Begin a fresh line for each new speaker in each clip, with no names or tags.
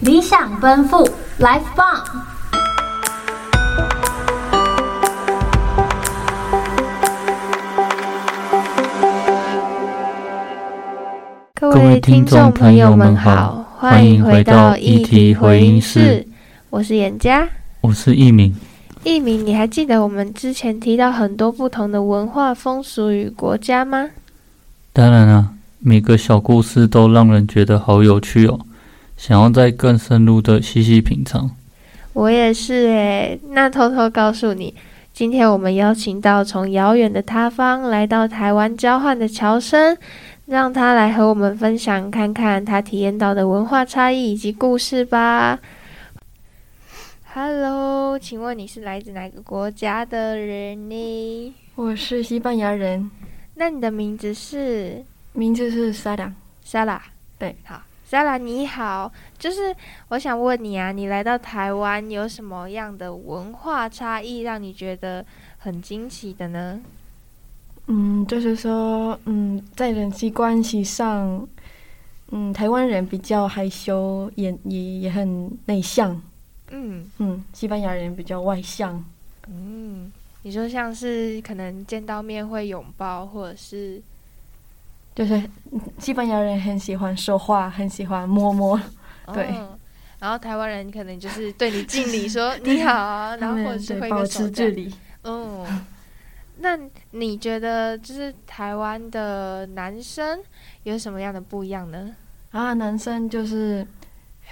理想奔赴，Life 棒。
各
各
位
位
听
听
众
众
朋
朋
友
友
们
们
好
好，
欢
欢
迎
迎
回
回
到
到
议
议
题
题
回
回
音
音
室
室，
我是严佳。
我是一鸣，
一鸣，你还记得我们之前提到很多不同的文化风俗与国家吗？
当然啊，每个小故事都让人觉得好有趣哦，想要再更深入的细细品尝。
我也是诶，那偷偷告诉你，今天我们邀请到从遥远的他方来到台湾交换的乔生，让他来和我们分享看看他体验到的文化差异以及故事吧。Hello，请问你是来自哪个国家的人呢？
我是西班牙人，
那你的名字是？
名字是萨达。
莎拉，
对，
好，莎拉你好，就是我想问你啊，你来到台湾有什么样的文化差异让你觉得很惊奇的呢？
嗯，就是说，嗯，在人际关系上，嗯，台湾人比较害羞，也也也很内向。
嗯
嗯，西班牙人比较外向。
嗯，你说像是可能见到面会拥抱，或者是
就是嗯西班牙人很喜欢说话，很喜欢摸摸。对
哦然后台湾人可能就是对你敬礼 说你好啊， 然
他
后
们
或者是挥
对
个
保
手
持
这
距
样。
离。
哦，那你觉得就是台湾的男生有什么样的不一样呢？
啊，男生就是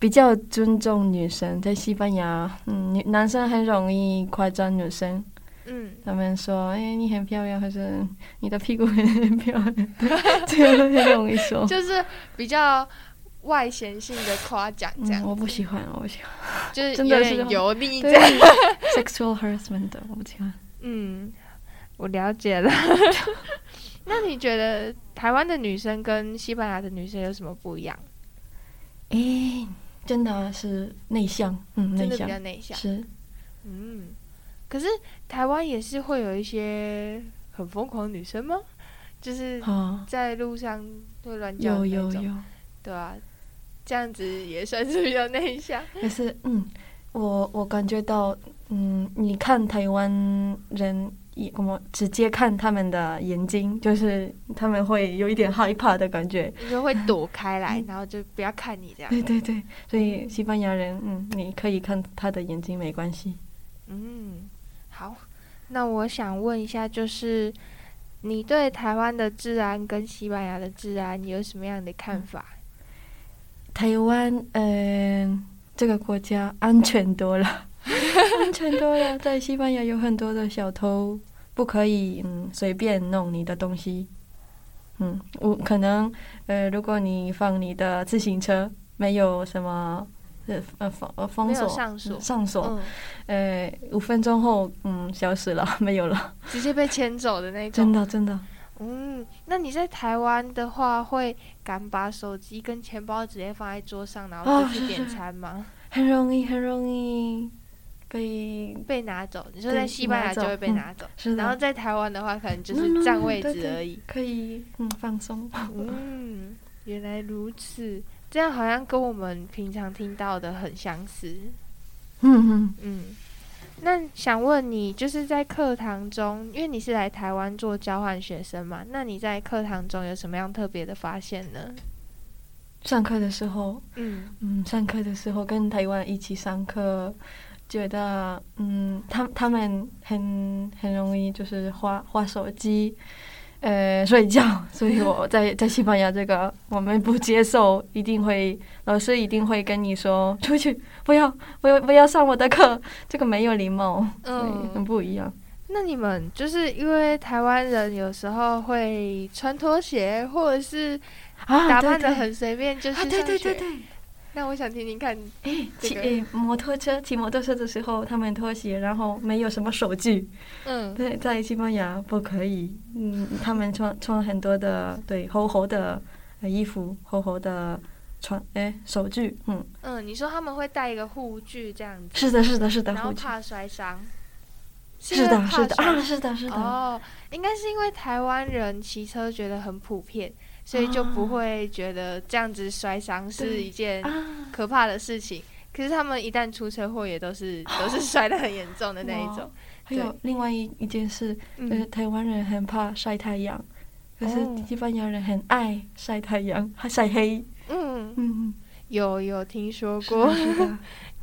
比较尊重女生，在西班牙，嗯，女男生很容易夸张女生。
嗯，
他们说：“哎、你很漂亮，或者你的屁股很漂亮。”这个很容易说。
就是比较外显性的夸奖，这样、
嗯，我不喜欢，我不喜欢。
就是
真
有
的是
点油腻这
对
样。
，sexual harassment，我不喜欢。
嗯，我了解了。 那你觉得台湾的女生跟西班牙的女生有什么不一样？
哎、真的是内向，嗯，
真的
内
比较
向
内向。
是
嗯，可是台湾也是会有一些很疯狂的女生吗？就是
啊，
在路上会乱叫
有
的那
有
种，
有，
对啊，这样子也算是比较内 向。
可是嗯，我我感觉到，嗯，你看台湾人。一我们直接看他们的眼睛，就是他们会有一点害怕的感觉。
你就会躲开来，然后就不要看你这样。
对对对，所以西班牙人，嗯，你可以看他的眼睛，没关系。
嗯，好，那我想问一下，就是你对台湾的治安跟西班牙的治安有什么样的
嗯
看法？
台湾，嗯、这个国家安全多 了，安全多了。在西班牙有很多的小偷，不可以嗯随便弄你的东西。嗯，我可能呃，如果你放你的自行车，没有什么呃呃封呃
没
封
有
锁
上锁
嗯上锁，
嗯，
呃，五分钟后嗯消失了， 没有了，
直接被牵走的那
真
种。
的真的。
嗯，那你在台湾的话，会敢把手机跟钱包直接放在桌上，然后
哦
就去
是
点
是
餐吗？
很容易，很容易被
被拿走？你说
对
在西班牙
拿
就
走
会被
嗯
拿走，
是的
然后在台湾的话，可能就
No, no,
是
no，
占位
对
置
对
而已。
可以嗯放松。
嗯，原来如此，这样好像跟我们平常听到的很相似。
嗯嗯，
嗯，那想问你，就是在课堂中，因为你是来台湾做交换学生嘛，那你在课堂中有什么样特别的发现呢？
上课的时候，
嗯
嗯，上课的时候跟台湾一起上课，觉得嗯，他他们很很容易就是花花手机，呃，睡觉， 所以我在在西班牙这个我们不接受，一定会老师一定会跟你说出去，不要不要不要上我的课，这个没有礼貌，对，很
嗯，
不一样。
那你们就是因为台湾人有时候会穿拖鞋，或者是
啊，
打
对
扮的
对
很随便就去
啊，
上学，
对对对对。
那我想听听看，
哎，
这
骑
个
哎摩托车骑摩托车的时候，他们拖鞋，然后没有什么手机。
嗯
对，在西班牙不可以。嗯，他们穿穿很多的对厚厚的呃衣服，厚厚的穿哎手具。嗯，
嗯，你说他们会带一个护具这样子，
是的，是的，是的，
然后
护具
怕摔伤，
是的，
是因为怕
是的
摔
啊，是的，是的，
哦，应该是因为台湾人骑车觉得很普遍，所以就不会觉得这样子摔伤是一件
啊，
可怕的事情。可是他们一旦出车祸，也都是 都是摔得很严重的那一种。
还有
对
另外一一件事，就是
嗯，
台湾人很怕晒太阳，可是
哦
西班牙人很爱晒太阳，还晒黑。
嗯，
嗯，
有有听说
是
过
的，，是的，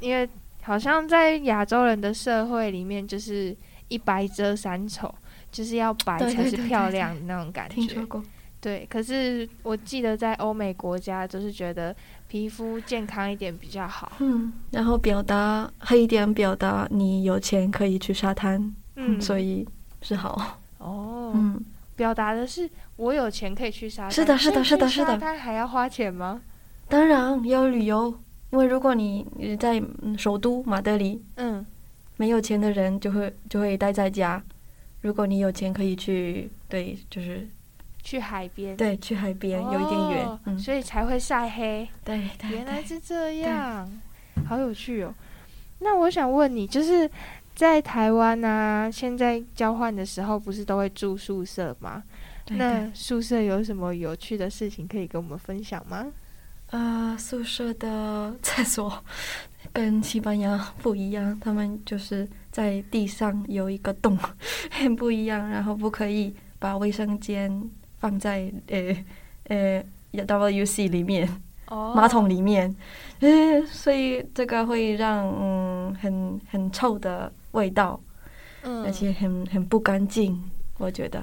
因为好像在亚洲人的社会里面，就是一白遮三丑，就是要白
对
才
对
是
对
漂
对对
亮的那种感
听
觉
说。过。
对，可是我记得在欧美国家，就是觉得皮肤健康一点比较好。
嗯，然后表达黑一点，表达你有钱可以去沙滩，
嗯，
所以是好。
哦，
嗯，
表达的是我有钱可以去沙滩，
是的是
所
的
以
是的
去
是的
沙滩还要花钱吗？
当然要旅游，因为如果你你在嗯首都马德里，
嗯，
没有钱的人就会就会待在家。如果你有钱，可以去对，就是
去海边，
对，去海边，
哦，
有一点远。嗯，
所以才会晒黑。
对对
原来
对。
是这样，好有趣哦。那我想问你，就是在台湾啊，现在交换的时候不是都会住宿舍吗？
对对
那宿舍有什么有趣的事情可以跟我们分享吗？
呃，宿舍的 厕所跟西班牙不一样，他们就是在地上有一个洞， 很不一样。然后不可以把卫生间放在呃呃 WC 里面，
哦
马桶里面，呃，所以这个会让嗯很很臭的味道，
嗯
而且很很不干净，我觉得。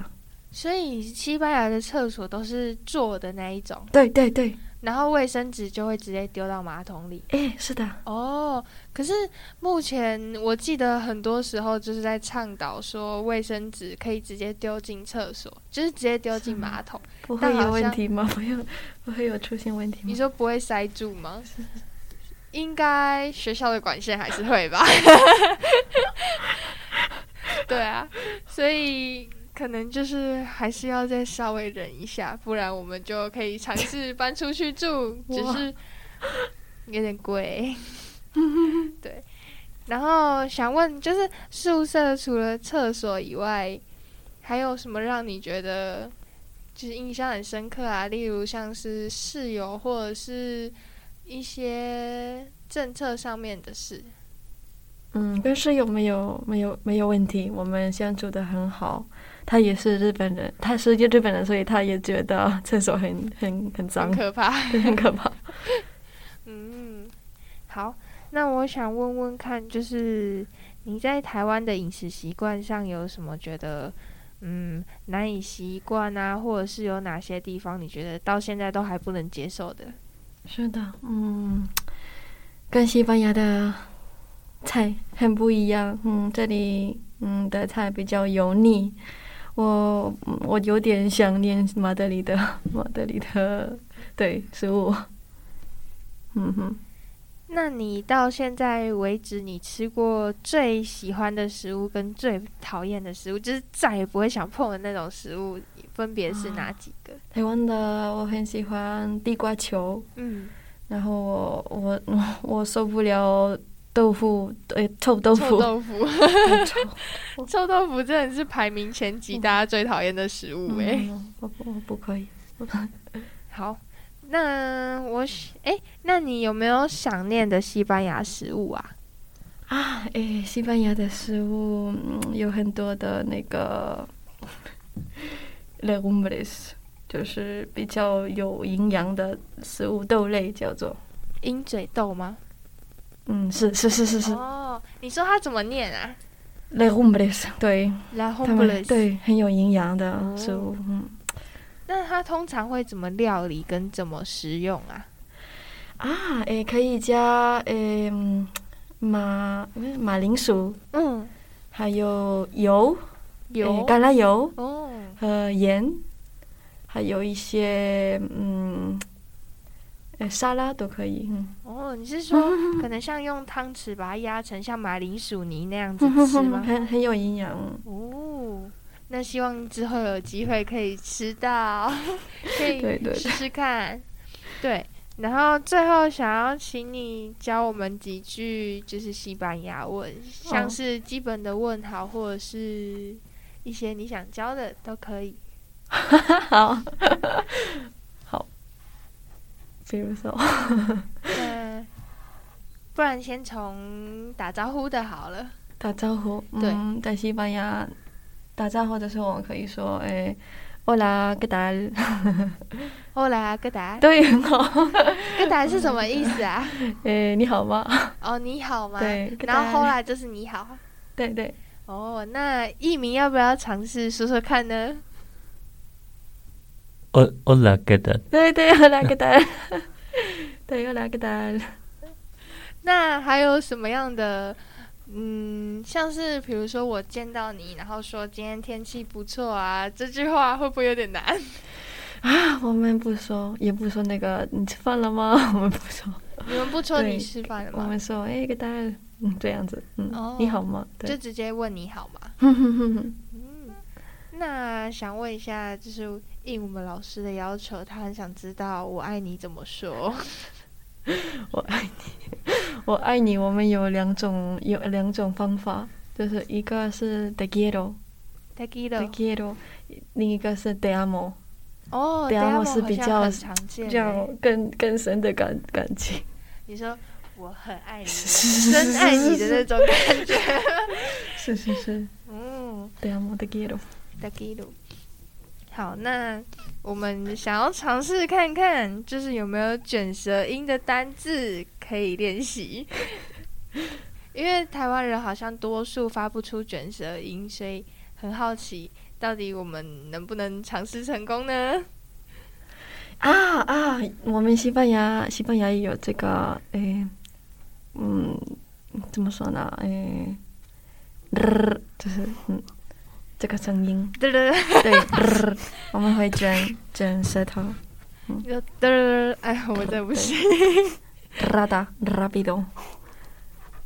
所以西班牙的厕所都是坐的那一种，
对对对，
然后卫生纸就会直接丢到马桶里。
哎，是的，
哦，可是目前我记得很多时候就是在倡导说卫生纸可以直接丢进厕所，就是直接丢进马 桶。
不
但
会
好
有问
像
题吗？ 不会，不会有出现问题吗？
你说不会塞住 吗？应该学校的管线还是会吧。对啊，所以可能就是还是要再稍微忍一下，不然我们就可以尝试搬出去住，只
哇
是有点贵。对，然后想问，就是宿舍除了厕所以外，还有什么让你觉得就是印象很深刻啊，例如像是室友或者是一些政策上面的事。
嗯，跟室友没有没有没有问题，我们相处的很好。他也是日本人，他是日本人，所以他也觉得厕所很 很很脏
很，可怕。
对很可怕。
嗯，好，那我想问问看，就是你在台湾的饮食习惯上有什么觉得嗯难以习惯啊，或者是有哪些地方你觉得到现在都还不能接受的？
是的，嗯，跟西班牙的菜很不一样。嗯，这里嗯的菜比较油腻，我嗯我有点想念马德里的马德里的对食物。嗯哼，
那你到现在为止，你吃过最喜欢的食物跟最讨厌的食物，就是再也不会想碰的那种食物，分别是哪几个？
台湾的我很喜欢地瓜球。
嗯，
然后我我 我受不了豆腐，对臭豆腐，
臭豆腐，
很臭
臭豆腐真的是排名前几大家最讨厌的食物欸诶、
嗯我不我不可以。
好，那我哎、那你有没有想念的西班牙食物啊？
啊，诶，西班牙的食物、嗯、有很多的那个 legumbres，就是比较有营养的食物，豆类叫做。
鹰嘴豆吗？
嗯，是是是是是、
哦，你说它怎么念啊
legumbres，对，
？La h o
他
m b
们
l
对很有营养的
哦
食物，嗯。
那它通常会怎么料理跟怎么食用啊？
啊，诶，可以加诶嗯马马铃薯，
嗯，
还有油，诶
有
橄榄油
哦，
和盐，还有一些嗯，诶沙拉都可以。嗯，
哦，你是 说可能像用汤匙把它压成像马铃薯泥那样子吃吗？
很很有营养。
哦，那希望之后有机会可以吃到，可以
对对对
试试看。对，然后最后想要请你教我们几句就是西班牙文，像是基本的问好或者是一些你想教的都可以。
哦好， 好，比如说，
那不然先从打招呼的好了。
打招呼，
对
嗯，在西班牙打招呼的时候，我可以说，哎，Hola, ¿qué tal？
Hola，哥啊达，
对，很好，
哥达是什么意思啊？
哎，你好吗？
哦，你好吗？
对，¿qué
然
tal？
后 Hola 就是你好。
对对，
哦，那艺名要不要尝试说说看呢？
o hola, ¿qué tal?
对对，Hola, ¿qué tal？对，Hola, ¿qué tal？
那还有什么样的，嗯，像是比如说我见到你，然后说今天天气不错啊，这句话会不会有点难？
啊，我们不说，也不说那个，你吃饭了吗？ 我们不说，
你们不说
对
你吃饭了
我
吗？
们说，哎，¿qué tal？嗯，这样子，嗯
哦，
你好吗？
就
对，
直接问你好吗？嗯，那想问一下，就是应我们老师的要求，他很想知道“我爱你”怎么说。
我爱你，我爱你。我们有两种有两种方法，就是一个是 te
t a
quiero，te
k i d o
quiero，另一个是 te amo，
哦
Te amo
，“Te amo”
啊是比
好像
较
很常见
这
欸。
样更更深的感感情。
你说我很爱你，
是
深爱你的那种感觉。
是是是
嗯。
，te amo，te quiero。
的记录。好，那我们想要尝试看看，就是有没有卷舌音的单字可以练习， 因为台湾人好像多数发不出卷舌音，所以很好奇，到底我们能不能尝试成功呢？
啊啊，我们西班牙西班牙也有这个，诶，嗯，怎么说呢？诶，就是嗯，这个声音，
嘚嘚
对，我们会卷卷舌头。
嘚嘚，哎， 我真的不行，
Rada rápido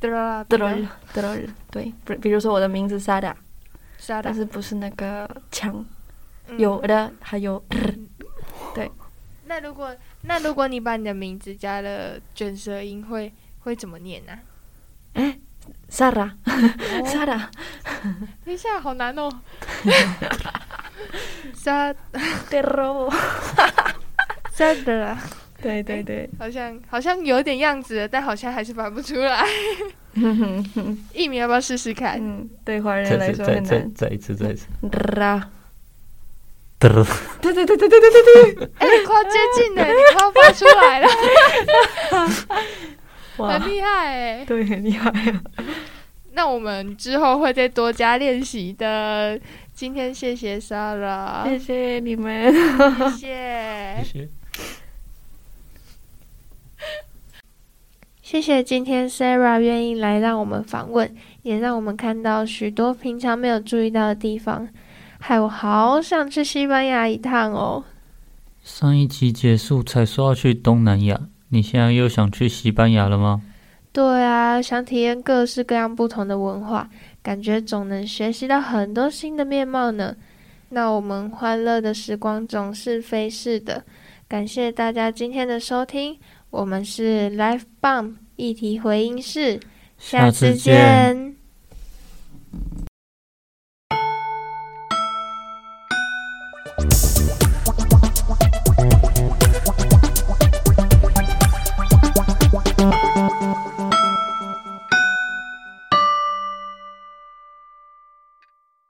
嘚啦
d r o l d r o l 对，比比如说我的名字 Sara，
沙
但
的，
是不是那个强，
嗯
有的还有
那如果那如果你把你的名字加了卷舌音会，会怎么念呢、啊？
Sara
哦
Sara，
等一下，好难 哦。沙
d r o
沙的啊啦，
对 对对，
好像好像有点样子了，但好像还是发不出 来。艺名要不要试试看？
嗯，对华人
再
来
次
说
再
很
再
难。
再一次，再一 次。
Ra，
嘚
对对对对对对对对，
哎、你快接近 了，你快要发出来了，
哇
很，厉害哎。
对，很厉害啊！
那我们之后会再多加练习的。今天谢谢 Sarah，
谢谢你们。
谢谢
谢。谢。
谢谢今天 Sarah 愿意来让我们访问，也让我们看到许多平常没有注意到的地方，害我好想去西班牙一趟哦。
上一集结束才说要去东南亚，你现在又想去西班牙了吗？
对啊，想体验各式各样不同的文化，感觉总能学习到很多新的面貌呢。那我们欢乐的时光总是飞逝的，感谢大家今天的收听，我们是 Life Bomb 议题回音室，下次见。